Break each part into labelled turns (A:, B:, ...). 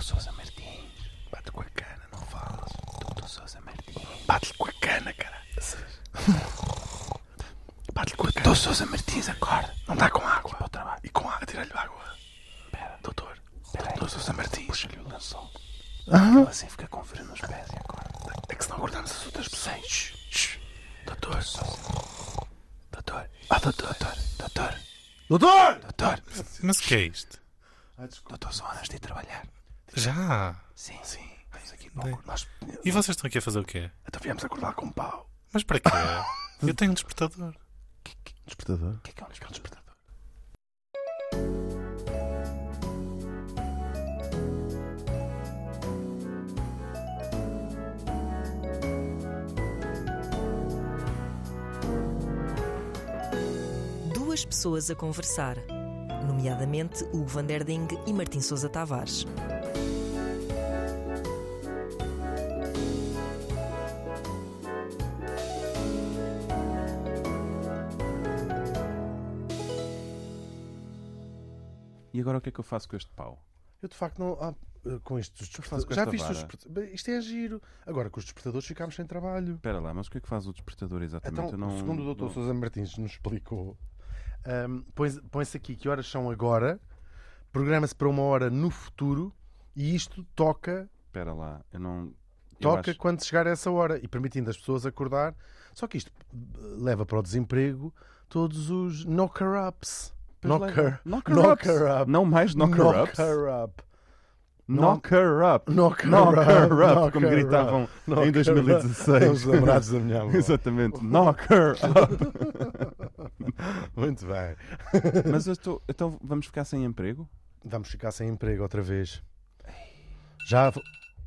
A: Sousa Martins. Bate com a cana, não falas. Doutor Sousa Martins. Bate-lhe com a cana, caralho. Bate-lhe com a cana. Doutor Sousa Martins, acorda. Não dá com água. Para o trabalho. E com água, tira-lhe água. Pera. Doutor. Doutor Sousa Martins. Puxa-lhe o lençol. Ele assim fica com frio nos pés e acorda. É que se não acordamos as outras pessoas. Doutor. Doutor. Ah, doutor. Doutor. Doutor.
B: Doutor!
A: Doutor.
C: Mas o que é isto?
B: Ah, desculpa.
A: Doutor, são horas de ir trabalhar.
C: Já!
A: Sim. Sim. Estamos aqui
C: Bem.
A: pouco. Nós
C: E vocês estão aqui a fazer o quê?
A: até viemos acordar com um pau.
C: Mas para quê? Eu tenho um despertador.
B: Despertador.
A: O que é que é um despertador?
D: Duas pessoas a conversar, nomeadamente Hugo van der Ding e Martim Sousa Tavares.
E: E agora o que é que eu faço com este pau?
B: Eu de facto não. ah, com estes
E: Faço com
B: despertadores. Já
E: esta
B: viste os
E: vara.
B: despertadores? Isto é giro. Agora com os despertadores ficámos sem trabalho.
E: Espera lá, mas o que é que faz o despertador exatamente?
B: Então,
E: Eu não-
B: segundo o Dr.
E: não-
B: Sousa Martins nos explicou, ahm, põe-se põe-se aqui que horas são agora, programa-se para uma hora no futuro e isto toca,
E: Espera lá, eu não. eu
B: toca
E: acho-
B: quando chegar a essa hora e permitindo as pessoas acordar. Só que isto eh, leva para o desemprego todos os knocker-ups.
E: Pois lá-
B: Knocker.
E: Knocker ups.
B: Knocker-up.
E: Não mais knocker ups.
B: Knocker-up.
E: Knocker
B: Knocker-up.
E: up. Knocker up, como
B: Knocker-up.
E: gritavam em
B: Knocker-up.
E: 2016.
B: Os namorados da minha avó.
E: Exatamente, knocker up.
B: Muito bem.
E: Mas eu estou. Então vamos ficar sem emprego?
B: Vamos ficar sem emprego outra vez. Já.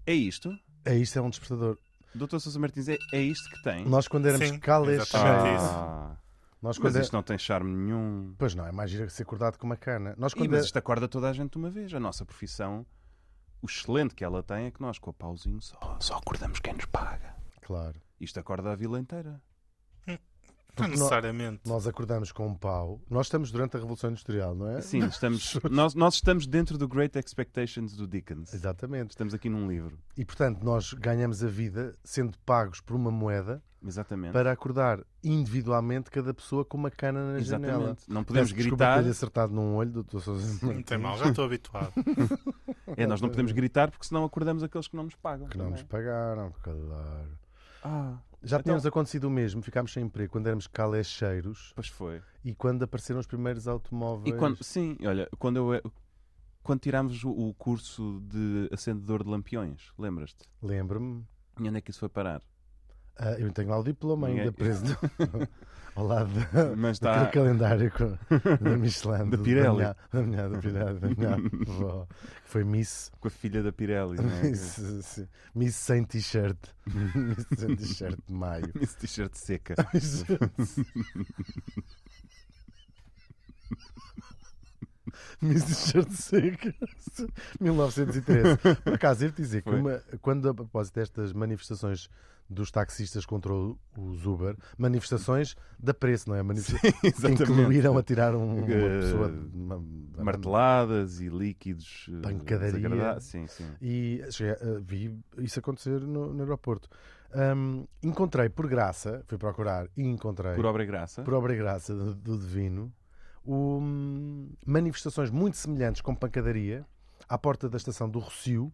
E: É isto?
B: É isto, é um despertador.
E: Doutor Sousa Martins, é, é isto que tem?
B: Nós quando éramos
C: Sim,
B: calés
C: exatamente
B: cheios.
C: isso.
E: Ah,
B: Nós
E: mas
B: quando é-
E: isto não tem charme nenhum.
B: Pois não, é mais gira que ser acordado com uma cana. Nós
E: Ih,
B: quando é-
E: mas isto acorda toda a gente de uma vez. A nossa profissão, o excelente que ela tem é que nós, com o pauzinho só,
A: Só acordamos quem nos paga.
B: Claro.
E: isto acorda a vila inteira.
C: Não necessariamente.
B: Nós acordamos com um pau. Nós estamos durante a Revolução Industrial, não é?
E: Sim, estamos, nós, nós estamos dentro do Great Expectations do Dickens.
B: Exatamente.
E: Estamos aqui num livro.
B: E portanto, nós ganhamos a vida sendo pagos por uma moeda
E: Exatamente.
B: para acordar individualmente cada pessoa com uma cana na janela.
E: Exatamente. Não podemos
B: Peço Desculpa
E: gritar.
B: ter acertado num olho do Dr. Sousa
C: Não tem mal, já estou habituado.
E: É, nós não podemos gritar porque senão acordamos aqueles que não nos pagam.
B: que não nos
E: também.
B: pagaram, claro.
E: Ah,
B: Já
E: Uhum. Então-
B: tínhamos acontecido o mesmo, ficámos sem emprego quando éramos calecheiros
E: pois foi.
B: e quando apareceram os primeiros automóveis.
E: E quando, sim, olha, quando eu é, quando tirámos o, o curso de acendedor de lampiões, lembras-te?
B: Lembro-me,
E: E onde é que isso foi parar?
B: ah, eu tenho lá o diploma ainda
E: Ninguém-
B: preso no- ao lado da,
E: Mas
B: daquele
E: está
B: calendário co- da Michelin,
E: Da
B: do- Da
E: Pirelli.
B: minha, da minha, da Pirelli, da minha avó, que foi Miss,
E: com a filha da Pirelli, não é?
B: Miss, sim, Miss sem t-shirt, Miss sem t-shirt de maio.
E: Miss t-shirt seca.
B: Miss T-shirt seca 1913. Por acaso, devo dizer que
E: Foi.
B: uma- quando a propósito destas manifestações dos taxistas contra o- os Uber, manifestações da preço, não é? Manifestações que incluíram atirar um, uma
E: Eh,
B: pessoa de uma, uma-
E: Marteladas e líquidos. eh,
B: Pancadaria.
E: desagradáveis. Sim, sim.
B: E cheguei a- eh, vi isso acontecer no, no aeroporto. Ahm, encontrei por graça, fui procurar e encontrei
E: Por obra e graça.
B: por obra e graça do, do divino, o, hum, manifestações muito semelhantes com pancadaria à porta da estação do Rocio,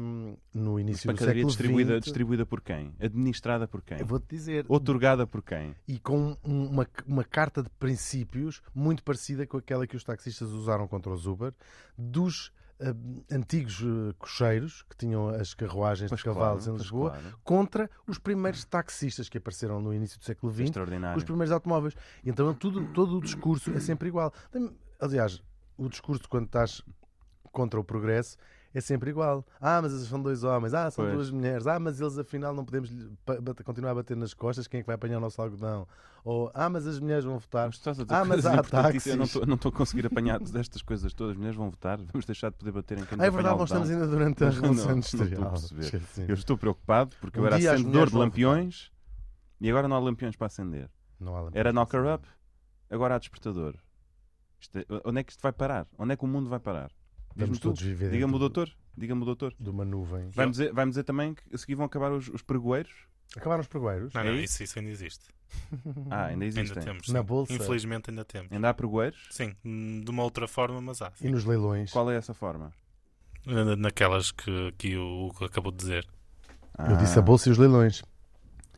B: hum, no
E: Mas
B: início do
E: pancadaria
B: século
E: distribuída,
B: XX.
E: distribuída por quem? Administrada por quem?
B: Eu vou-te dizer,
E: Outorgada por quem?
B: e com um- uma, uma carta de princípios muito parecida com aquela que os taxistas usaram contra os Uber, dos hum, antigos eh, cocheiros que tinham as carruagens
E: Pois
B: de cavalos
E: claro,
B: em
E: pois
B: Lisboa,
E: claro.
B: contra os primeiros taxistas que apareceram no início do século XX, com os
E: Extraordinário.
B: primeiros automóveis. E Então tudo, todo o discurso é sempre igual. Tem- Aliás, o discurso quando estás contra o progresso é sempre igual. Ah, mas eles são dois homens, ah, são
E: Pois.
B: duas mulheres, ah, mas eles afinal não podemos lhe pa- bate- continuar a bater nas costas, quem é que vai apanhar o nosso algodão? Ou ah, mas as mulheres vão votar.
E: Mas tu estás a dizer
B: Ah, mas
E: coisas
B: há
E: importantíssimas. Eu não
B: táxis.
E: tô- não estou a conseguir apanhar destas coisas todas. As mulheres vão votar. Vamos deixar de poder bater em quem
B: Ah,
E: nos
B: é
E: apanha
B: verdade, nós
E: um algodão.
B: estamos ainda durante a
E: Não,
B: Revolução
E: não estou a
B: Industrial.
E: perceber.
B: Esqueci.
E: Eu estou preocupado porque
B: Um
E: eu era
B: dia as
E: acendedor
B: mulheres
E: de
B: vão votar.
E: lampiões e agora não há lampiões para acender.
B: Não há
E: Era knocker up, agora há despertador. Isto é- onde é que isto vai parar? Onde é que o mundo vai parar?
B: Vamos
E: Diz-me tu.
B: todos viver
E: Diga-me
B: dentro
E: o doutor. Diga-me o doutor.
B: de uma nuvem.
E: Vai-me dizer, vai dizer também que a seguir vão acabar os, os pregoeiros.
B: Acabaram os pregoeiros?
C: Não,
E: É
C: não,
E: isso?
C: isso, é. isso ainda existe.
E: Ah,
C: Ainda
E: ainda existem.
C: temos.
B: Na
C: sim.
B: bolsa.
C: Infelizmente ainda temos.
E: Ainda há pregoeiros?
C: Sim, hum, de uma outra forma, mas há.
B: E nos leilões?
E: Qual é essa forma?
C: Na- Naquelas que, que o Hugo acabou de dizer.
B: Eu disse a
E: Ah.
B: bolsa e os leilões.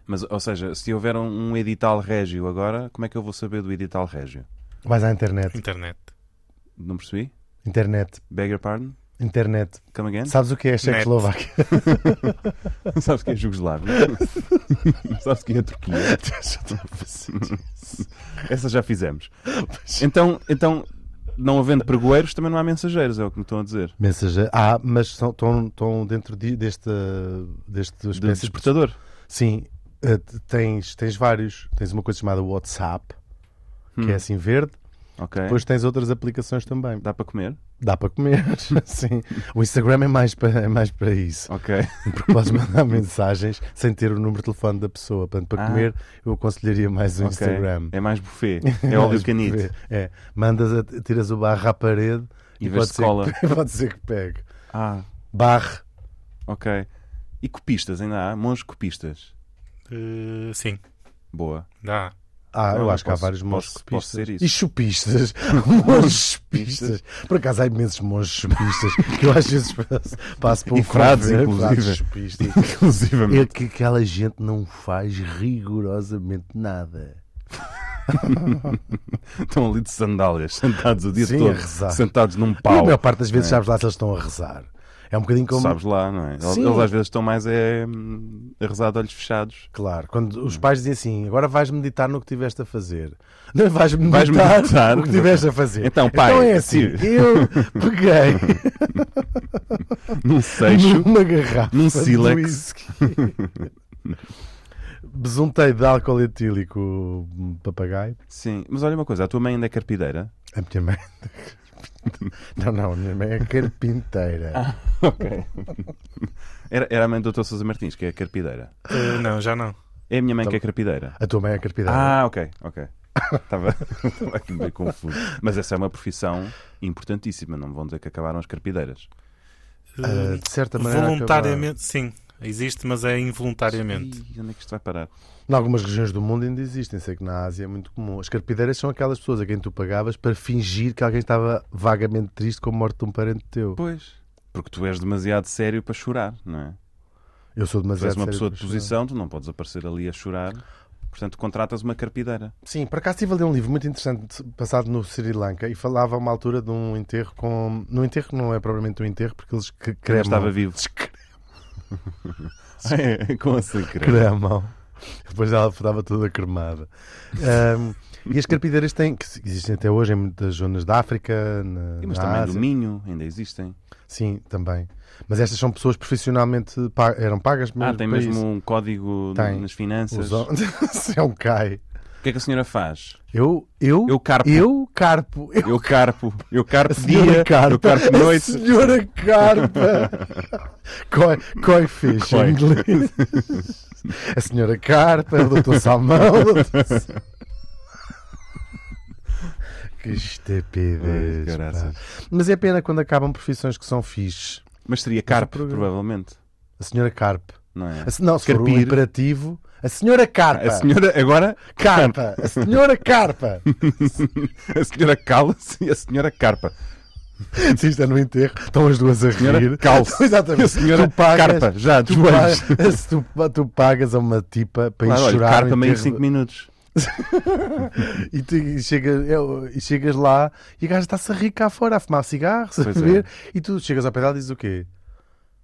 E: Mas, ou seja, se houver um, um edital régio agora, como é que eu vou saber do edital régio?
B: Vais à internet.
C: Internet.
E: Não percebi?
B: Internet.
E: Beg your pardon?
B: Internet.
E: Come again?
B: Sabes o que é a Checoslováquia?
E: Não sabes que é Jugoslávia? Não sabes que é a Turquia? Essa já fizemos. Então, então, não havendo pregoeiros, também não há mensageiros, é o que me estão a dizer.
B: Mensageiro. Ah, mas são- estão, estão dentro de, deste, deste
E: Do
B: espécie de-
E: despertador.
B: Sim, eh, t- tens, tens vários. Tens uma coisa chamada WhatsApp, que é assim verde.
E: Ok.
B: Depois tens outras aplicações também.
E: Dá para comer?
B: Dá para comer, sim. O Instagram é mais para, é mais para isso.
E: Ok.
B: Porque podes mandar mensagens sem ter o número de telefone da pessoa. Portanto, para
E: Ah.
B: comer, eu aconselharia mais o
E: ok.
B: Instagram.
E: É mais buffet. É óleo canito.
B: É, mandas, a- tiras o barra à parede
E: E
B: e
E: vês
B: pode
E: se
B: ser,
E: cola.
B: que, pode ser que pegue.
E: Ah,
B: Barre,
E: ok. E copistas, ainda há? Mons copistas.
C: Eh, sim,
E: Boa.
C: dá.
B: ah,
E: Não,
B: eu
E: não
B: acho que há
E: posso-
B: vários
E: posso-
B: monges
E: posso ser
B: chupistas.
E: isso.
B: E chupistas. monges chupistas. Por acaso há imensos monges chupistas que eu às vezes passo, passo por
E: E
B: um
E: frades,
B: frade,
E: inclusive.
B: frades chupistas.
E: Inclusive.
B: É que aquela gente não faz rigorosamente nada.
E: Estão ali um de sandálias, sentados o dia
B: Sim, a
E: todo.
B: rezar.
E: Sentados
B: E
E: num
B: a
E: pau. É.
B: maior parte das vezes sabes lá se eles estão a rezar. É um bocadinho como.
E: Sabes lá, não é? Eles,
B: Sim.
E: eles às vezes estão mais é, hum, a rezar de olhos fechados.
B: Claro, quando os pais dizem assim, agora vais meditar no que tiveste a fazer. Não é vais meditar,
E: Vais meditar
B: no que tiveste a fazer.
E: Então, pai,
B: é assim,
E: sim.
B: eu peguei
E: Num seixo.
B: numa garrafa
E: Num
B: de
E: sílex.
B: whisky. Besuntei de álcool etílico hum, papagaio.
E: Sim, mas olha uma coisa, a tua mãe ainda é carpideira?
B: A minha mãe... Não, não, a minha mãe é carpinteira.
E: Ok. Era, era a mãe do Dr. Sousa Martins, que é carpideira.
C: Eh, não, já não.
E: É a minha mãe que é carpideira.
B: A tua mãe é carpideira.
E: Ah, ok, ok. Estava, estava aqui meio confuso. Mas essa é uma profissão importantíssima, não me vão dizer que acabaram as carpideiras.
B: Ah,
C: Eh,
B: de certa maneira acaba-
C: voluntariamente, sim. Existe, mas é involuntariamente.
E: Ih, onde é que isto vai parar?
B: Em algumas regiões do mundo ainda existem, sei que na Ásia é muito comum. As carpideiras são aquelas pessoas a quem tu pagavas para fingir que alguém estava vagamente triste com a morte de um parente teu.
E: Pois. Porque tu és demasiado sério para chorar, não é?
B: Eu sou
E: Tu
B: demasiado
E: és uma
B: sério
E: pessoa de
B: para chorar.
E: posição, tu não podes aparecer ali a chorar. Portanto, contratas uma carpideira.
B: Sim, por acaso estive a ler um livro muito interessante passado no Sri Lanca e falava a uma altura de um enterro com. No enterro não é propriamente um enterro porque eles que
E: Crema.
B: cremam.
E: estava vivo. É, com a
B: cremam. Depois ela estava toda cremada. Ahm, e as carpideiras têm, que existem até hoje em muitas zonas da África, na,
E: Mas
B: na
E: também
B: Ásia.
E: do Minho, ainda existem.
B: Sim, também. Mas estas são pessoas profissionalmente pa- eram pagas mesmo.
E: ah, tem
B: para
E: mesmo
B: isso.
E: um código no-
B: Tem.
E: nas
B: Os
E: finanças.
B: hom- Se é um cai.
E: O que é que a senhora faz?
B: Eu, eu,
E: Eu carpo.
B: eu carpo. Eu,
E: Eu carpo. Eu carpo
B: a senhora
E: dia.
B: carpa.
E: Eu carpo
B: A
E: noite.
B: senhora carpa. Coi, coi fish
E: Coi.
B: em inglês. A senhora carpa, o doutor Salmão. o doutor- Que
E: Ai,
B: estupidez.
E: caraças.
B: pá. Mas é pena quando acabam profissões que são fixe.
E: Mas seria carpo,
B: programa.
E: provavelmente.
B: A senhora carpe.
E: Não é?
B: A se- não, se for um
E: Carpir.
B: imperativo, a senhora Carpa.
E: A senhora agora.
B: Carpa. A senhora Carpa.
E: A senhora cala-se e a senhora carpa.
B: Sim, está é no enterro, estão as duas a
E: senhora
B: rir.
E: calça.
B: Exatamente.
E: E a senhora
B: Tu pagas-
E: carpa, já,
B: Tu,
E: dos joelhos.
B: pagas- tu, pa- tu pagas a uma tipa para ir
E: Claro, olha,
B: chorar. no
E: carpa meio
B: enterro
E: 5 minutos.
B: E, tu- e chegas, eu- e chegas lá e a gaja está-se a rir cá fora, a fumar cigarros, a
E: Pois é.
B: beber. E tu chegas ao pedal e dizes o quê?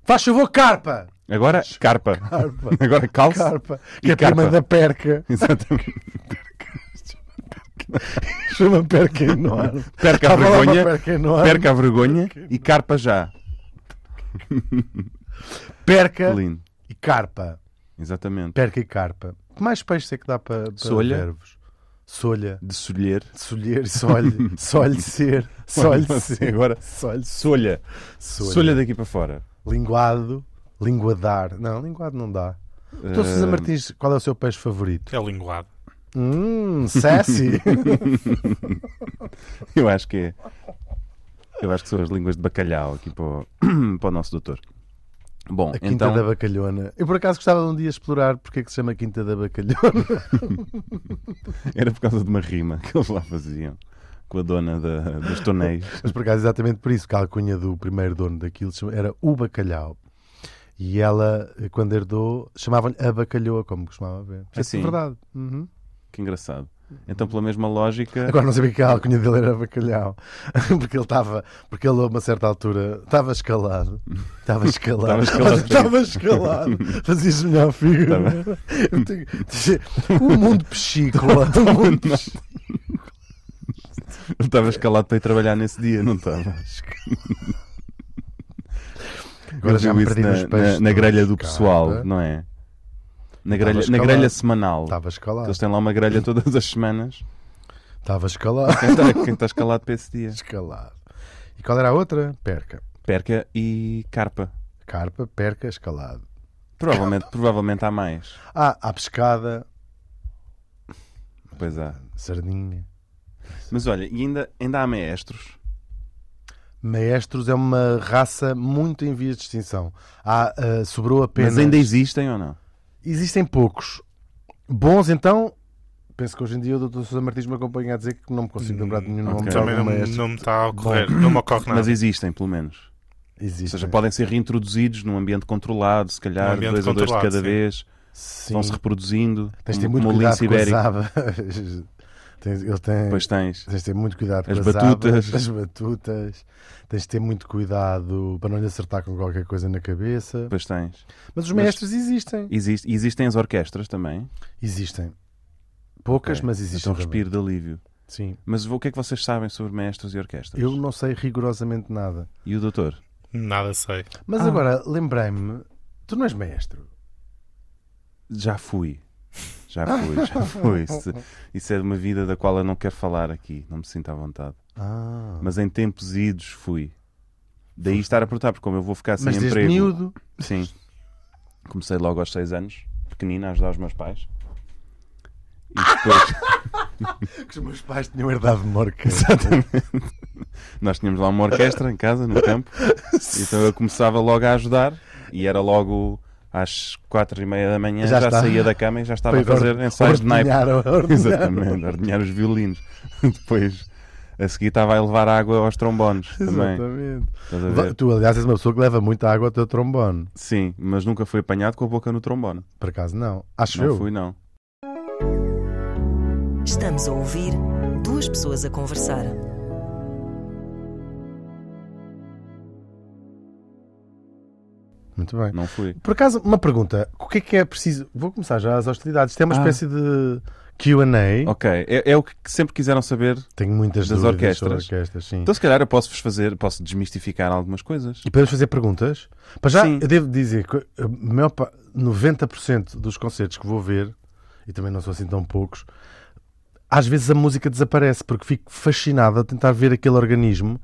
B: Faz favor, Carpa!
E: Agora, carpa.
B: Carpa.
E: Agora calça.
B: Carpa. Que é
E: carpa.
B: prima da perca.
E: Exatamente.
B: Chama perca enorme.
E: Perca a
B: Estava lá uma
E: é vergonha.
B: Perca enorme.
E: Perca a vergonha e carpa já.
B: Perca
E: Lindo.
B: e carpa.
E: Exatamente.
B: Perca e carpa. Que mais peixe é que dá para, para
E: Solha.
B: verbos? Solha,
E: De solher.
B: solher, solhe, solhe ser, solhe
E: Olha, assim,
B: ser,
E: Agora,
B: solhe,
E: solha.
B: solha.
E: Solha daqui para fora.
B: Linguado, linguadar. Não, linguado não dá. Então, Sousa
E: Eh,
B: Martins, qual é o seu peixe favorito?
C: É o linguado.
B: Hum, sassy.
E: Eu acho que é. Eu acho que são as línguas de bacalhau aqui para o, para o nosso doutor. Bom,
B: A Quinta
E: então.
B: da Bacalhona. Eu por acaso gostava de um dia explorar porque é que se chama Quinta da Bacalhona.
E: Era por causa de uma rima que eles lá faziam com a dona da- dos tonéis.
B: Mas por acaso, exatamente por isso, que a alcunha do primeiro dono daquilo se chama- era o Bacalhau. E ela, eh, quando herdou, chamavam-lhe a Bacalhoa, como costumava ver. Isso
E: Ah, sim?
B: é verdade. Uhum.
E: Que engraçado. Então, pela mesma lógica.
B: Agora não sabia que a alcunha dele era Bacalhau. porque ele estava, porque ele a uma certa altura estava escalado. Estava escalado.
E: Estava escalado.
B: Estava escalado. Fazias melhor figura. Eu tenho- O mundo pechícola. O mundo pechícola.
E: Eu estava escalado para ir trabalhar nesse dia, não estava?
B: Agora já me
E: isso
B: perdi
E: na,
B: nos peixes.
E: na- na grelha do
B: Cara,
E: pessoal, não é? Na grelha, na
B: escalado.
E: grelha semanal.
B: Estava escalado.
E: Eles têm lá uma grelha todas as semanas.
B: Estava escalado.
E: Quem está, quem está escalado para esse dia?
B: Escalado. E qual era a outra? Perca.
E: Perca e carpa.
B: Carpa, perca, escalado.
E: Provavelmente, provavelmente há mais.
B: Ah, há pescada,
E: Pois há.
B: sardinha.
E: Mas olha, e ainda, ainda há maestros.
B: Maestros é uma raça muito em vias de extinção. Há, ah, sobrou apenas.
E: Mas ainda existem ou não?
B: Existem poucos. Bons, então. Penso que hoje em dia o Dr. Sousa Martins me acompanha a dizer que não me consigo lembrar de nenhum nome
E: Hum, ok.
B: de
C: Também
B: algum
C: não, é
B: maestro.
C: não me está a ocorrer. Não me ocorre nada.
E: Mas existem, pelo menos. Ou
B: Existe.
E: seja, podem ser reintroduzidos num ambiente controlado, se calhar,
C: ambiente
E: dois ou dois de
C: controlado,
E: cada
C: sim.
E: vez.
B: Sim.
E: Vão-se reproduzindo.
B: Tens de ter
E: como-
B: muito
E: como o
B: cuidado com
E: lince
B: as
E: um ibérico.
B: abas. Tens- Ele tem.
E: Pois tens.
B: Tens de ter muito cuidado com
E: As
B: as,
E: batutas.
B: abas, as batutas. Tens de ter muito cuidado para não lhe acertar com qualquer coisa na cabeça.
E: Pois tens.
B: Mas os maestros existem.
E: Existe- existem as orquestras também.
B: Existem. Poucas,
E: Ok.
B: mas existem.
E: Então
B: também.
E: respiro de alívio.
B: Sim.
E: Mas o que é que vocês sabem sobre maestros e orquestras?
B: Eu não sei rigorosamente nada.
E: E o doutor?
C: Nada sei.
B: Mas
E: Ah.
B: agora, lembrei-me, tu não és maestro.
E: Já fui. Já fui, já fui. Isso, isso é de uma vida da qual eu não quero falar aqui. Não me sinto à vontade.
B: Ah.
E: Mas em tempos idos fui. Daí estar a perguntar, porque como eu vou ficar sem
B: Mas desde
E: emprego.
B: miúdo.
E: Sim. Comecei logo aos 6 anos, pequenina, a ajudar os meus pais. E depois
B: Que os meus pais tinham herdado morca.
E: nós tínhamos lá uma orquestra em casa, no campo. Então eu começava logo a ajudar e era logo às 4 e meia da manhã, já,
B: Já está.
E: saía da cama e já estava a
B: Para ir
E: fazer
B: or-
E: ensaios de naipe.
B: ordenhar, ordenhar.
E: Exatamente, a ordenhar os violinos. Depois, a seguir estava a levar água aos trombones também.
B: Exatamente.
E: Estás a ver?
B: Tu, aliás, és uma pessoa que leva muita água ao teu trombone.
E: Sim, mas nunca fui apanhado com a boca no trombone.
B: Por acaso, não. Acho
E: Não
B: eu.
E: fui, não.
D: Estamos a ouvir duas pessoas a conversar.
B: Muito bem.
E: Não fui.
B: Por acaso, uma pergunta. O que é que é preciso... Vou começar já as hostilidades. Isto é uma
E: Ah.
B: espécie de Q&A.
E: Ok, é, é o que sempre quiseram saber.
B: Tenho muitas
E: Das
B: dúvidas
E: orquestras.
B: sobre orquestras, sim.
E: Então, se calhar, eu posso vos fazer, posso desmistificar algumas coisas.
B: E podemos fazer perguntas? Para já,
E: Sim.
B: eu devo dizer que a maior pa- 90% dos concertos que vou ver, e também não são assim tão poucos, às vezes a música desaparece porque fico fascinado a tentar ver aquele organismo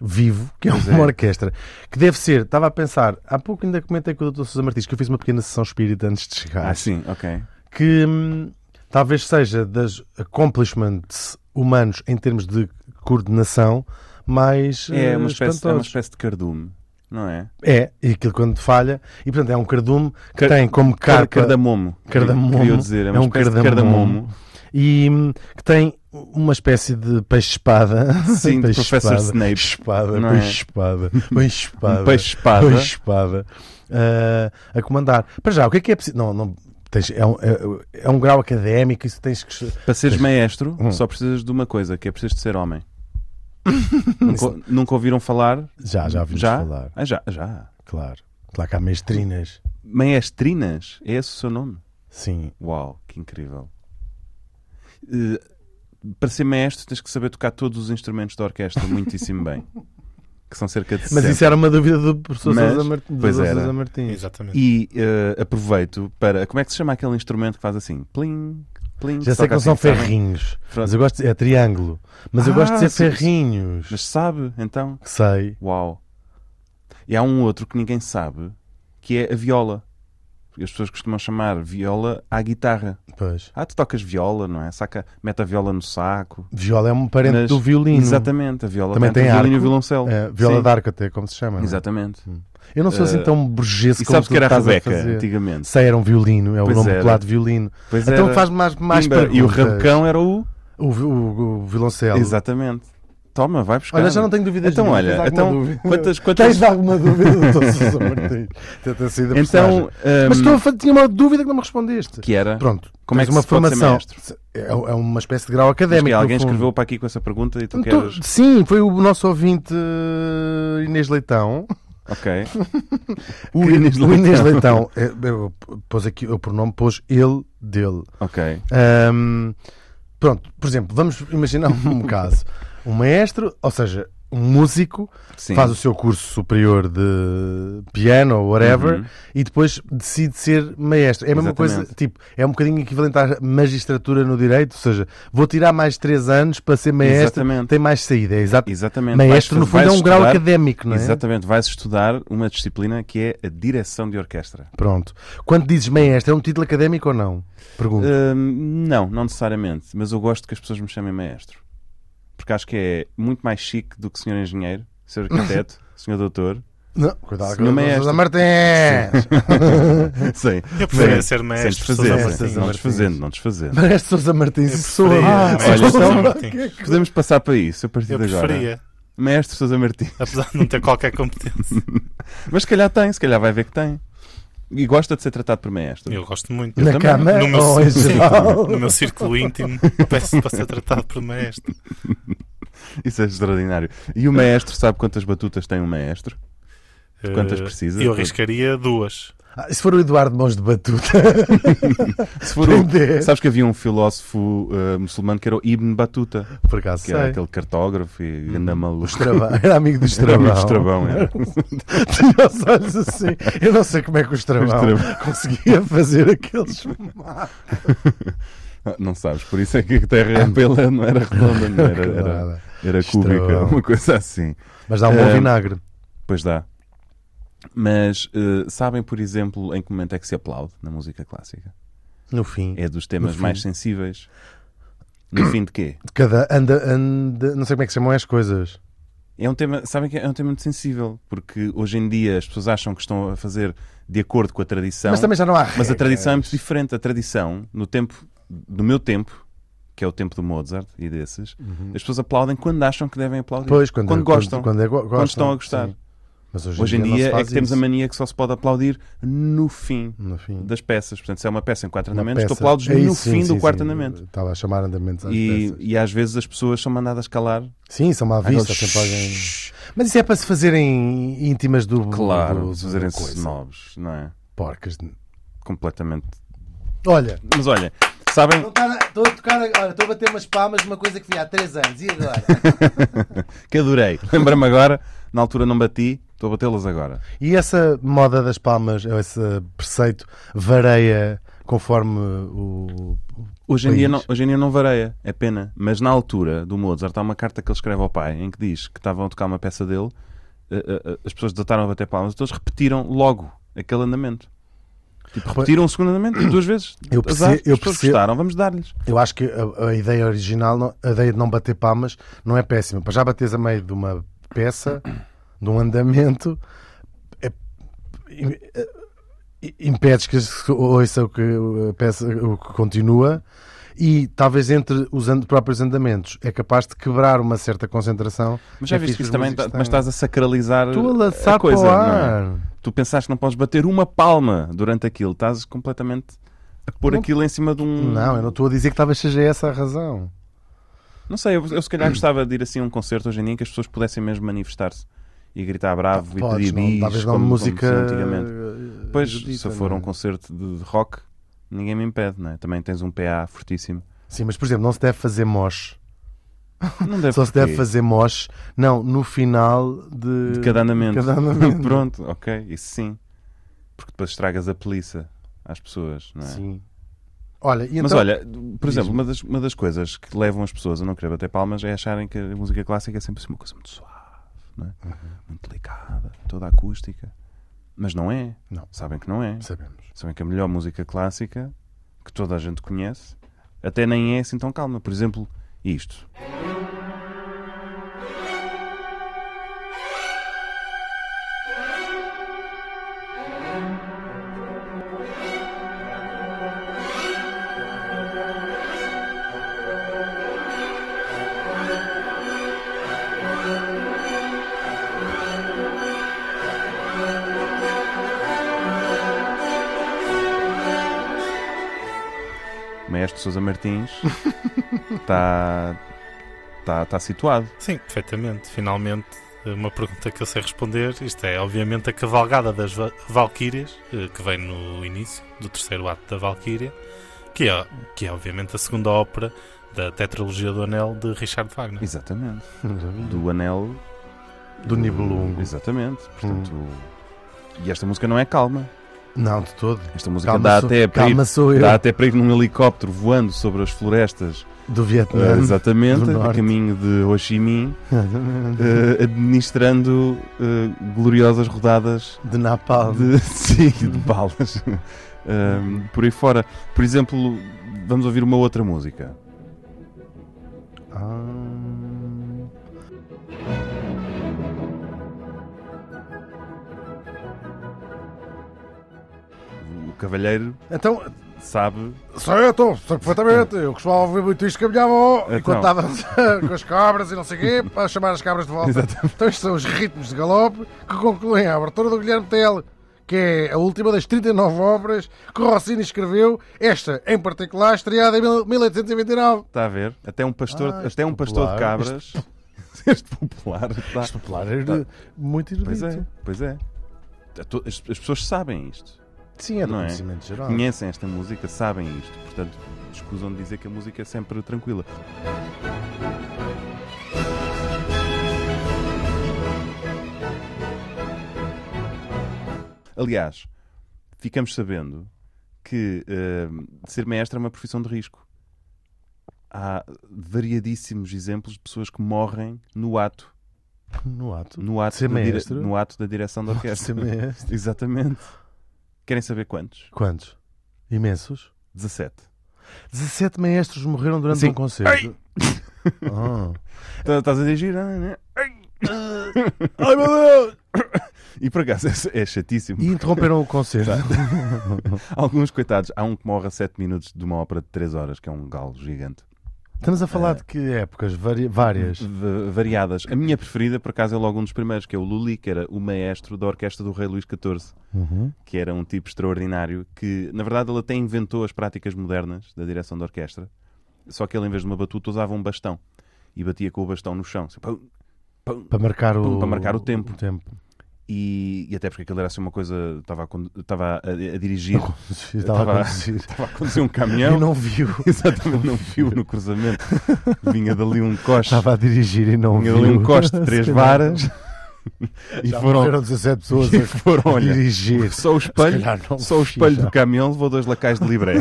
B: vivo, que é uma orquestra, que deve ser, estava a pensar, há pouco ainda comentei com o Dr. Sousa Martins que eu fiz uma pequena sessão espírita antes de chegar
E: Ah, sim, ok.
B: que hum, talvez seja das accomplishments humanos em termos de coordenação mais
E: É uma,
B: eh,
E: espécie, é uma
B: espantosos.
E: espécie de cardume, não é?
B: É, e aquilo quando falha, e portanto é um cardume que
E: Car-
B: tem como
E: Car-
B: carpa
E: cardamomo.
B: Cardamomo.
E: Queria dizer, é uma
B: É um
E: espécie de
B: cardamomo.
E: cardamomo. Um
B: e hum, que tem uma espécie de peixe-espada.
E: Sim, de Professor
B: Peixe-espada.
E: Snape,
B: Espada,
E: não é?
B: peixe-espada, peixe-espada.
E: Um peixe-espada.
B: peixe-espada, ah, a comandar. Para já, o que é que é preciso? Não, não, tens- é, um, é- é um grau académico, isso tens que.
E: Para seres maestro,
B: Hum.
E: só precisas de uma coisa, que é precisas de ser homem. nunca, nunca ouviram falar?
B: Já, já ouvimos
E: já?
B: falar.
E: Ah, já, já.
B: Claro. Claro que há maestrinas.
E: Maestrinas? É esse o seu nome?
B: Sim.
E: Uau, que incrível. Eh, para ser maestro, tens que saber tocar todos os instrumentos da orquestra muitíssimo bem. Que são cerca de
B: Mas
E: 60.
B: isso é- era uma dúvida do professor
E: Mas,
B: Sousa Mart- do
E: pois
B: Sousa
E: era.
B: Martins.
C: Exatamente.
E: E eh, aproveito para. Como é que se chama aquele instrumento que faz assim? Plim, plim.
B: Já
E: se
B: sei que
E: toca
B: não são
E: assim, sabe?
B: ferrinhos.
E: Pronto.
B: Mas eu gosto. É triângulo. Mas eu
E: Ah,
B: gosto de ser
E: sim, sim.
B: ferrinhos.
E: Mas sabe, então?
B: Que sei.
E: Uau. E há um outro que ninguém sabe, que é a viola. E as pessoas costumam chamar viola à guitarra.
B: Pois.
E: Ah, tu tocas viola, não é? Saca, mete a viola no saco.
B: Viola é um parente
E: Nas-
B: do violino.
E: Exatamente, a viola
B: Também
E: canta
B: tem
E: o violino e o
B: arco.
E: violoncelo.
B: É, viola
E: Sim,
B: d'arco até, como se chama. não é?
E: Exatamente.
B: Eu não sou assim
E: Eh,
B: tão burguês
E: E
B: como
E: sabes
B: tu
E: que era a
B: estás a
E: Rebeca,
B: fazer.
E: antigamente.
B: Sei, era um violino, é o
E: Pois
B: nome
E: era.
B: do lado de violino.
E: Pois
B: Então
E: era
B: faz mais, mais
E: Pimba, E o
B: perguntas. Tá
E: rabecão era o...
B: O, vi- o- o violoncelo.
E: Exatamente. Toma, vai buscar.
B: Olha, já não tenho dúvidas
E: Então,
B: nenhumas,
E: olha,
B: tens alguma
E: então,
B: dúvida?
E: quantas- quantas-
B: Tens alguma dúvida, doutor Sousa Martins? Tenta sair da
E: Então,
B: personagem. Mas
E: hum,
B: estou a fa- tinha uma dúvida que não me respondeste.
E: que era...
B: Pronto.
E: Como é
B: tens
E: que
B: uma
E: se pode ser
B: formação.
E: maestro?
B: É, é uma espécie de grau
E: Mas
B: académico.
E: que
B: no
E: alguém
B: fundo.
E: escreveu para aqui com essa pergunta e tu
B: Então,
E: queres...
B: Sim, foi o nosso ouvinte eh, Inês Leitão.
E: Ok.
B: O
E: Inês
B: o Inês Leitão. eh, Eu, pôs aqui, eu por nome pôs ele dele.
E: Ok.
B: Ahm, pronto, por exemplo, vamos imaginar um caso. Um maestro, ou seja, um músico,
E: Sim.
B: faz o seu curso superior de piano ou
E: Uhum.
B: whatever e depois decide ser maestro. É a mesma
E: Exatamente.
B: coisa, tipo, é um bocadinho equivalente à magistratura no direito, ou seja, vou tirar mais 3 anos para ser maestro,
E: Exatamente.
B: tem mais saída. É exato.
E: Exatamente.
B: Maestro, no
E: Vais-
B: fundo, é
E: vais
B: um grau
E: estudar-
B: académico, não é?
E: Exatamente, vais estudar uma disciplina que é a direção de orquestra.
B: Pronto. Quando dizes maestro, é um título académico ou não? Pergunto.
E: Hum, não, não necessariamente, mas eu gosto que as pessoas me chamem maestro. Porque acho que é muito mais chique do que senhor engenheiro, senhor arquiteto, senhor doutor.
B: não, cuidado com
E: senhor
B: o
E: maestro.
B: Sousa Martins!
E: Sim.
C: Eu preferia
E: Sim.
C: ser
E: Sem
C: maestro.
E: desfazer,
C: Sousa
E: sim.
B: Martins.
E: não desfazendo, não desfazendo.
B: Maestro Sousa Martins,
C: Eu
B: sou
C: preferia,
B: Ah,
C: maestro
B: olha,
C: Sousa
B: então-
C: Martins.
E: Podemos passar para isso a partir
C: Eu
E: de agora.
C: preferia,
E: Maestro Sousa Martins.
C: apesar de não ter qualquer competência.
E: Mas se calhar tem, se calhar vai ver que tem. E gosta de ser tratado por maestro.
C: Eu gosto muito.
B: Na
E: também.
B: cama Oh,
C: No meu,
B: ou em
C: sim,
B: geral?
C: no meu círculo íntimo, peço para ser tratado por maestro.
E: Isso é extraordinário. E o maestro sabe quantas batutas tem um maestro? Quantas
C: Eh,
E: precisa?
C: Eu arriscaria duas.
B: Ah, se for o Eduardo Mãos de Batuta,
E: Se for um-
B: Depende.
E: Sabes que havia um filósofo eh, muçulmano que era o Ibn Batuta,
B: por acaso,
E: que era
B: sei.
E: aquele cartógrafo e anda maluco.
B: Hum. Estrabão. Era amigo do
E: Era
B: Estrabão.
E: muito estrabão, era.
B: Tinha os olhos assim. Eu não sei como é que o Estrabão,
E: Estrabão.
B: conseguia fazer aqueles.
E: Ah, Não sabes, por isso é que a Terra pela não era redonda, não era, era,
B: Nada.
E: era cúbica,
B: Estrabão.
E: uma coisa assim.
B: Mas dá um bom
E: Eh,
B: vinagre.
E: Pois dá. Mas eh, sabem, por exemplo, em que momento é que se aplaude na música clássica?
B: No fim.
E: É dos temas
B: fim.
E: mais sensíveis. No fim de quê?
B: De Cada anda, anda. Não sei como é que se chamam as coisas.
E: É um tema, sabem que é um tema muito sensível, porque hoje em dia as pessoas acham que estão a fazer de acordo com a tradição.
B: Mas também já não há.
E: Mas a
B: regras.
E: tradição é muito diferente. A tradição, no tempo, do meu tempo, que é o tempo do Mozart e desses, as pessoas aplaudem quando acham que devem aplaudir.
B: Uhum. Pois, quando,
E: gostam.
B: Quando,
E: Quando,
B: é go- gostam,
E: estão a gostar.
B: sim. Mas hoje,
E: Hoje em
B: não se
E: dia é
B: faz
E: que temos a
B: isso.
E: mania que só se pode aplaudir no fim
B: No fim.
E: das peças. Portanto, se é uma peça em quatro
B: Uma
E: andamentos, tu
B: peça.
E: aplaudes
B: É
E: no
B: isso,
E: fim
B: sim,
E: do
B: sim,
E: quarto
B: sim.
E: andamento.
B: Estava a chamar andamentos às
E: E,
B: peças.
E: e às vezes as pessoas são mandadas calar.
B: Sim, são mal
E: Aquele
B: vistas. sempre alguém- Mas isso é para se fazerem íntimas do.
E: Claro,
B: do-
E: se
B: do-
E: fazerem
B: coisa.
E: snobs, não é?
B: Porcas. de-
E: Completamente.
B: Olha,
E: Mas olha, sabem,
B: um estou a tocar. Olha, estou a bater umas palmas de uma coisa que vi há 3 anos. E agora?
E: que adorei. Lembra-me agora, na altura não bati, estou a batê-las agora.
B: E essa moda das palmas, ou esse preceito, varia conforme o.
E: Hoje em,
B: país.
E: dia não, hoje em dia não vareia, é pena. Mas na altura do Mozart há uma carta que ele escreve ao pai em que diz que estavam a tocar uma peça dele, eh, eh, eh, as pessoas dataram a bater palmas, todos repetiram logo aquele andamento. Tipo, repetiram o segundo andamento duas vezes.
B: Eu perce-
E: Azar,
B: eu
E: as pessoas
B: perce-
E: gostaram, vamos dar-lhes.
B: Eu acho que a, a ideia original, não- a ideia de não bater palmas, não é péssima. Para já bateres a meio de uma peça, de um andamento, é- im- eh, impedes que se ouça o que a peça o que continua e talvez entre os and- próprios andamentos é capaz de quebrar uma certa concentração.
E: Mas já
B: É fixe
E: viste que isso
B: os
E: também
B: músicos
E: tá-
B: têm.
E: mas estás a sacralizar
B: Tu a lançar
E: a coisa.
B: para o
E: não é?
B: ar.
E: Tu pensaste que não podes bater uma palma durante aquilo, estás completamente a pôr
B: Não-
E: aquilo em cima de um.
B: Não, é eu não estou a dizer que talvez seja essa a razão.
E: Não sei, eu, eu se calhar gostava de ir assim a um concerto hoje em dia em que as pessoas pudessem mesmo manifestar-se e gritar bravo e
B: Podes,
E: pedir
B: não,
E: bis,
B: talvez não
E: como,
B: música.
E: Hum. como se antigamente.
B: eh,
E: Depois,
B: erudita,
E: se for
B: não
E: um
B: é?
E: concerto de de rock, ninguém me impede, não é? Também tens um PA fortíssimo.
B: Sim, mas por exemplo, não se deve fazer mosh.
E: Não deve
B: Só se
E: É porquê.
B: deve fazer mosh, não, no final de,
E: de cada andamento.
B: de cada andamento.
E: Pronto, ok, isso sim. Porque depois estragas a peliça às pessoas, não é?
B: Sim. Olha, e
E: Mas
B: então,
E: olha, por exemplo, uma das, uma das coisas que levam as pessoas a não querer bater palmas é acharem que a música
B: Uhum.
E: clássica é sempre assim uma coisa muito suave, não é? muito delicada, toda acústica. Mas não é.
B: Não.
E: Sabem que não é.
B: Sabemos.
E: Sabem que a melhor música clássica, que toda a gente conhece, até nem é assim tão calma. Por exemplo, isto. Maestro Sousa Martins está tá, tá situado.
C: Sim, perfeitamente. Finalmente, eh, uma pergunta que eu sei responder. Isto é, obviamente, a cavalgada das va Valquírias, eh, que vem no início do terceiro ato da Valquíria, que é, que é, obviamente, a segunda ópera da Tetralogia do Anel de Richard Wagner.
E: Exatamente. Do Anel.
B: Do Nibelungo. Hum.
E: Exatamente. Portanto, E esta música não é calma.
B: Não, de todo.
E: Esta música
B: Calma,
E: dá,
B: sou,
E: até para ir,
B: calma sou eu.
E: dá até para ir num helicóptero voando sobre as florestas.
B: Do
E: eh,
B: Vietnã.
E: exatamente.
B: do
E: A
B: norte.
E: caminho de Ho Chi Minh. eh, administrando eh, gloriosas rodadas
B: de Napalm.
E: de, sim, de balas Ahm, por aí fora. Por exemplo, vamos ouvir uma outra música.
B: Ah.
E: O cavalheiro
B: Então,
E: sabe.
B: certo, sei perfeitamente. Eu costumava ouvir muito isto com a minha avó,
E: Então.
B: enquanto estava com as cabras e não sei o quê, para chamar as cabras de volta. Então, estes são os ritmos de galope que concluem a abertura do Guilherme Tell, que é a última das 39 obras que Rossini escreveu, esta em particular, estreada em mil- 1829.
E: Está a ver? Até um pastor,
B: Ah,
E: até um pastor de
B: popular. é
E: cabras. Este popular. Tá.
B: popular é
E: era
B: muito
E: Pois é, pois é. A to- As, as pessoas sabem isto.
B: Sim, é
E: do Não é? conhecimento
B: geral.
E: Conhecem esta música, sabem isto. Portanto, escusam de dizer que a música é sempre tranquila. Aliás, ficamos sabendo que eh, ser mestre é uma profissão de risco. Há variadíssimos exemplos de pessoas que morrem no ato,
B: No ato.
E: no ato,
B: Ser
E: da, dire-
B: maestro?
E: no ato da direção da orquestra. Exatamente. Querem saber quantos?
B: Quantos? Imensos?
E: 17.
B: 17 maestros morreram durante
E: Sim.
B: um concerto. Ah.
E: Tá- Estás a dirigir? ah, né?
B: Ai meu Deus!
E: E por acaso é, é chatíssimo.
B: E interromperam o concerto.
E: Alguns coitados, há um que morre a 7 minutos de uma ópera de 3 horas, que é um galo gigante.
B: Estamos a falar de que épocas? Vari- várias.
E: V- variadas. A minha preferida, por acaso, é logo um dos primeiros, que é o Lully, que era o maestro da orquestra do Rei Luís XIV, que era um tipo extraordinário, que na verdade ele até inventou as práticas modernas da direção da orquestra, só que ele em vez de uma batuta usava um bastão e batia com o bastão no chão. assim, pum, pum,
B: Para marcar o,
E: Para marcar o tempo.
B: o tempo.
E: E, e até porque aquilo era assim uma coisa, estava a, con- estava a- a dirigir,
B: Estava a
E: Estava-
B: conduzir.
E: estava a conduzir um
B: E
E: caminhão.
B: não viu.
E: Exatamente, não viu no cruzamento. Vinha dali um coche.
B: Estava a dirigir e não
E: Vinha
B: viu.
E: dali um coche de três
B: Se calhar.
E: varas. E
B: Já
E: foram,
B: morreram 17 pessoas
E: e
B: a
E: foram olha,
B: dirigir.
E: só o espelho,
B: Se calhar não
E: só o espelho
B: fiz,
E: do caminhão levou dois lacais de libré.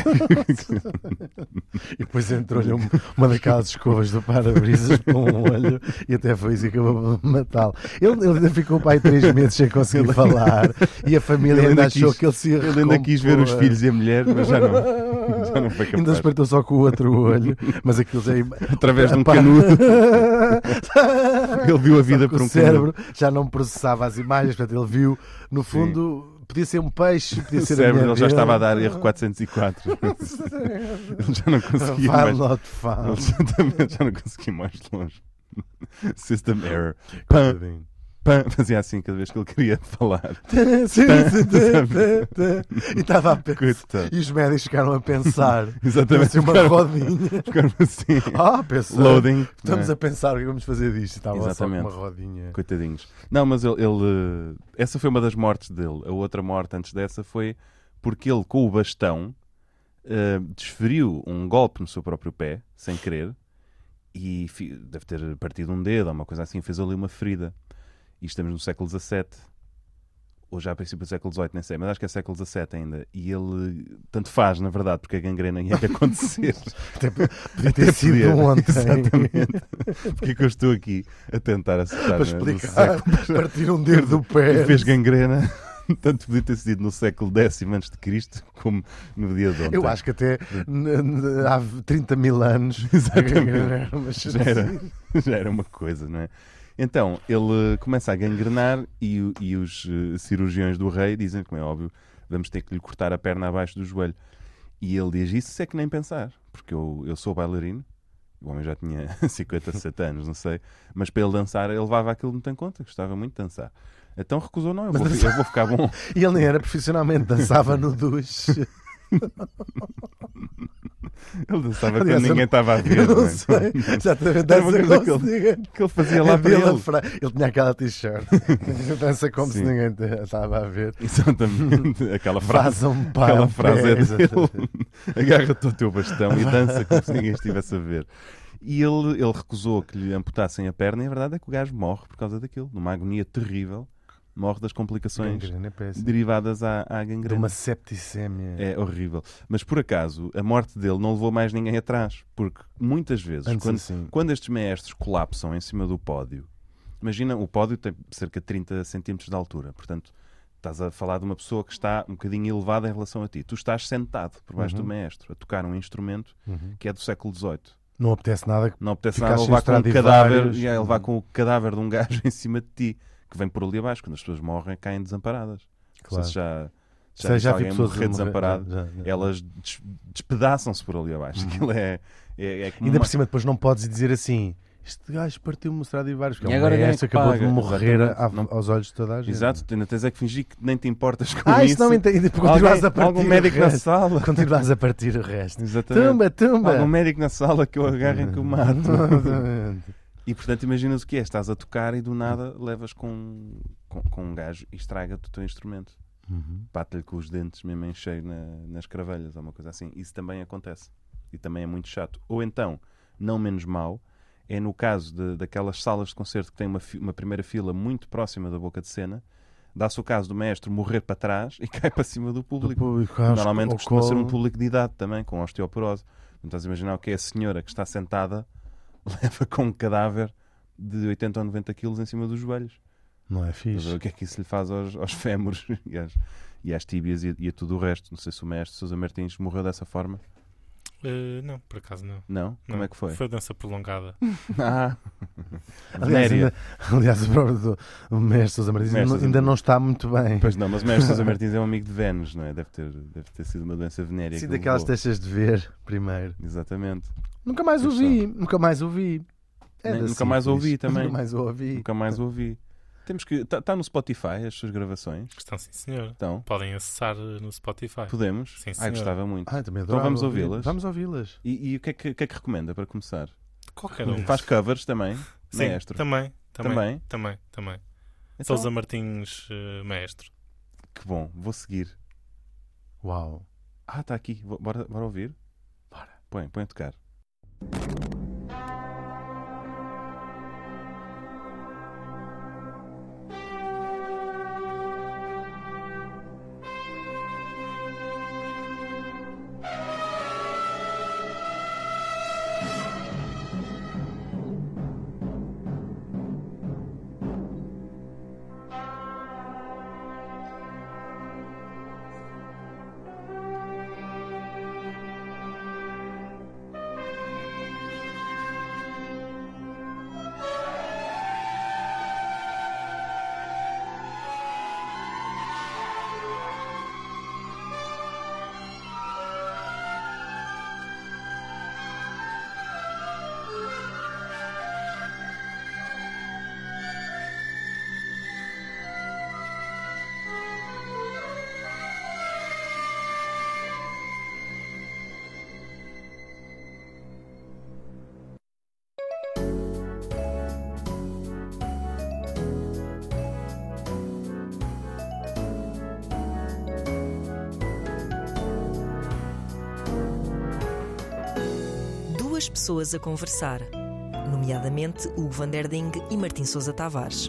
B: E depois entrou-lhe um- uma daquelas escovas do para-brisas com um olho e até foi isso que acabou de matá-lo. Ele, ele ainda ficou pai três meses sem conseguir falar e a família
E: Ele
B: ainda,
E: ainda
B: achou
E: quis-
B: que ele se ia
E: Ele ainda quis ver os filhos e a mulher, mas já não, já não
B: é. Ainda
E: foi capaz.
B: despertou só com o outro olho, mas aquilo já. é
E: Através de um
B: Epá.
E: canudo, ele viu a vida
B: Só que
E: por
B: o
E: um canudo.
B: cérebro já não processava as imagens, portanto, ele viu, no fundo, podia ser um peixe, podia
E: O
B: ser.
E: cérebro
B: a
E: dele
B: minha
E: já
B: vida.
E: estava a dar erro 404. Ele já não conseguia
B: Far
E: mais.
B: not found.
E: Exatamente, já não consegui mais longe. System error. Pam, pam, fazia assim cada vez que ele queria falar.
B: Sim, sim, sim, sim. E estava a pensar.
E: Coitado.
B: E os médicos ficaram a pensar.
E: Exatamente.
B: Assim, uma
E: Ficaram-
B: rodinha.
E: ficaram assim.
B: Ah, pensar.
E: Loading. né?
B: Estamos
E: não é?
B: a pensar o que vamos fazer disto. Estava só com
E: Exatamente.
B: uma rodinha.
E: é? Coitadinhos. Não, mas ele, ele, eh, Essa foi uma das mortes dele. A outra morte antes dessa foi porque ele, com o bastão, eh, desferiu um golpe no seu próprio pé, sem querer, e fi- deve ter partido um dedo ou uma coisa assim. Fez ali uma ferida. E estamos no século XVII. Ou já a princípio do século XVIII, nem sei, mas acho que é século XVII ainda. E ele tanto faz, na verdade, porque a gangrena ia acontecer.
B: Até podia ter sido
E: podia.
B: ontem.
E: Exatamente. Porque é que eu estou aqui a tentar acertar
B: Para
E: né, no
B: explicar.
E: século?
B: Partir um dedo do pé.
E: E fez gangrena Tanto podia ter sido no século X antes de Cristo como no dia de ontem.
B: Eu acho que até n- n- há 30 mil anos
E: Exatamente.
B: Mas,
E: já era, já era uma coisa, não é? Então, ele eh, começa a gangrenar e, o- e os eh, cirurgiões do rei dizem, como é óbvio, vamos ter que lhe cortar a perna abaixo do joelho. E ele diz, isso é que nem pensar, porque eu, eu sou bailarino, o homem já tinha 50, 60 anos, não sei, mas para ele dançar, ele levava aquilo muito em conta, gostava muito de dançar. Então recusou, não, eu vou, fi- eu vou ficar bom.
B: E ele nem era profissionalmente, dançava no duche.
E: Ele dançava
B: Aliás,
E: quando
B: eu
E: ninguém
B: não-
E: estava a ver.
B: Eu não
E: não é?
B: sei. Exatamente,
E: Era
B: dança
E: uma coisa
B: como
E: que
B: se ninguém.
E: Que ele fazia lá
B: É
E: para
B: dele a
E: ele.
B: fra- Ele tinha aquela t-shirt. dança como se
E: Sim.
B: ninguém te- estava a ver. um
E: Exatamente, aquela frase.
B: Faz-me pai.
E: Aquela frase é
B: exatamente.
E: dele. Agarra-te ao teu bastão e dança como se ninguém estivesse a ver. E ele, ele recusou que lhe amputassem a perna e a verdade é que o gajo morre por causa daquilo, numa agonia terrível, morre das complicações
B: Gangrena, é péssimo.
E: derivadas à, à
B: De
E: gangrena.
B: uma septicemia.
E: É horrível. Mas por acaso, a morte dele não levou mais ninguém atrás, porque muitas vezes,
B: Antes
E: quando,
B: assim.
E: quando estes maestros colapsam em cima do pódio, imagina, o pódio tem cerca de 30 centímetros de altura, portanto, estás a falar de uma pessoa que está um bocadinho elevada em relação a ti. Tu estás sentado por baixo
B: Uhum.
E: do maestro a tocar um instrumento que é do século XVIII.
B: Não apetece nada.
E: Não apetece
B: Ficar
E: nada
B: sem
E: levar com, um
B: Stradivarius.
E: cadáver, e aí
B: Uhum.
E: levar com o cadáver de um gajo em cima de ti, que vem por ali abaixo. Quando as pessoas morrem, caem desamparadas.
B: Claro.
E: Se já, já,
B: Já,
E: viste
B: já vi
E: alguém
B: pessoas a
E: morrer
B: morrer,
E: desamparado,
B: já, já, já.
E: elas des- despedaçam-se por ali abaixo. Aquilo é, é, é como
B: Uhum. Ainda
E: uma-
B: por cima, depois não podes dizer assim. Este gajo partiu-me mostrado e vários.
E: E agora quem é
B: essa
E: que
B: acabou de
E: paga?
B: morrer
E: Exatamente.
B: à-
E: Não-
B: aos olhos de toda a gente.
E: Exato, tu ainda tens é que fingir que nem te importas com
B: né? Ah,
E: isso.
B: isso não entendi. Continuas a
E: Alguém-
B: partir.
E: algum
B: o
E: médico na
B: resto.
E: sala.
B: Continuas a partir o resto.
E: Exatamente.
B: Tumba, tumba.
E: Algum médico na sala que eu agarro e que o mato. E portanto, imaginas o que é: estás a tocar e do nada levas com, com, com um gajo e estraga-te o teu instrumento. Bate-lhe com os dentes mesmo em cheio na- nas cravelhas, ou uma coisa assim. Isso também acontece e também é muito chato. Ou então, não menos mal, é no caso de- daquelas salas de concerto que têm uma, fi- uma primeira fila muito próxima da boca de cena, dá-se o caso do mestre morrer para trás e cai para cima do
B: Do
E: público.
B: público, acho que
E: Normalmente
B: ao
E: costuma ser um
B: colo.
E: público de idade também, com osteoporose. Não estás a imaginar o que é a senhora que está sentada leva com um cadáver de 80 ou 90 quilos em cima dos joelhos.
B: Não é
E: Estás a ver
B: fixe.
E: O que é que isso lhe faz aos, aos fémures e às, e às tíbias e, e a tudo o resto? Não sei se o mestre Sousa Martins morreu dessa forma.
C: Eh, não, por acaso não.
E: Não? Como
C: Não.
E: é que foi?
C: Foi dança prolongada.
E: Ah,
B: Aliás,
E: venérea.
B: ainda- aliás, o próprio do- o mestre Sousa Martins
E: Mestre
B: ainda-
E: Sousa
B: ainda não está muito bem.
E: Pois não, mas o mestre Sousa Martins é um amigo de Vênus, não é? Deve ter, deve ter sido uma doença venérea.
B: Sim,
E: que o
B: daquelas que
E: levou.
B: deixas de ver primeiro.
E: Exatamente.
B: Nunca mais
E: Pois
B: ouvi, nunca mais ouvi.
E: Nem- nunca mais ouvi também.
B: Nunca mais ouvi.
E: Nunca mais ouvi. Temos que. Está no Spotify as suas gravações?
C: Estão sim, senhor.
E: Então,
C: Podem acessar eh, no Spotify.
E: podemos?
C: Sim,
E: Ai,
C: senhor.
E: gostava muito.
B: Ah, eu também
E: Então
B: adorava
E: vamos
B: ouvir.
E: ouvi-las?
B: Vamos ouvi-las.
E: E, e o que é que, que é que recomenda para começar?
C: Qualquer um.
E: Faz covers também,
C: Sim,
E: maestro.
C: Também, também, também,
E: Também?
C: também.
E: Então,
C: Sousa Martins, eh, maestro.
E: Que bom, vou seguir.
B: Uau.
E: Ah, está aqui. Vou- Bora, bora ouvir? Bora. Põe, põe a tocar.
D: Duas pessoas a conversar, nomeadamente Hugo Van Der Ding e Martim Sousa Tavares.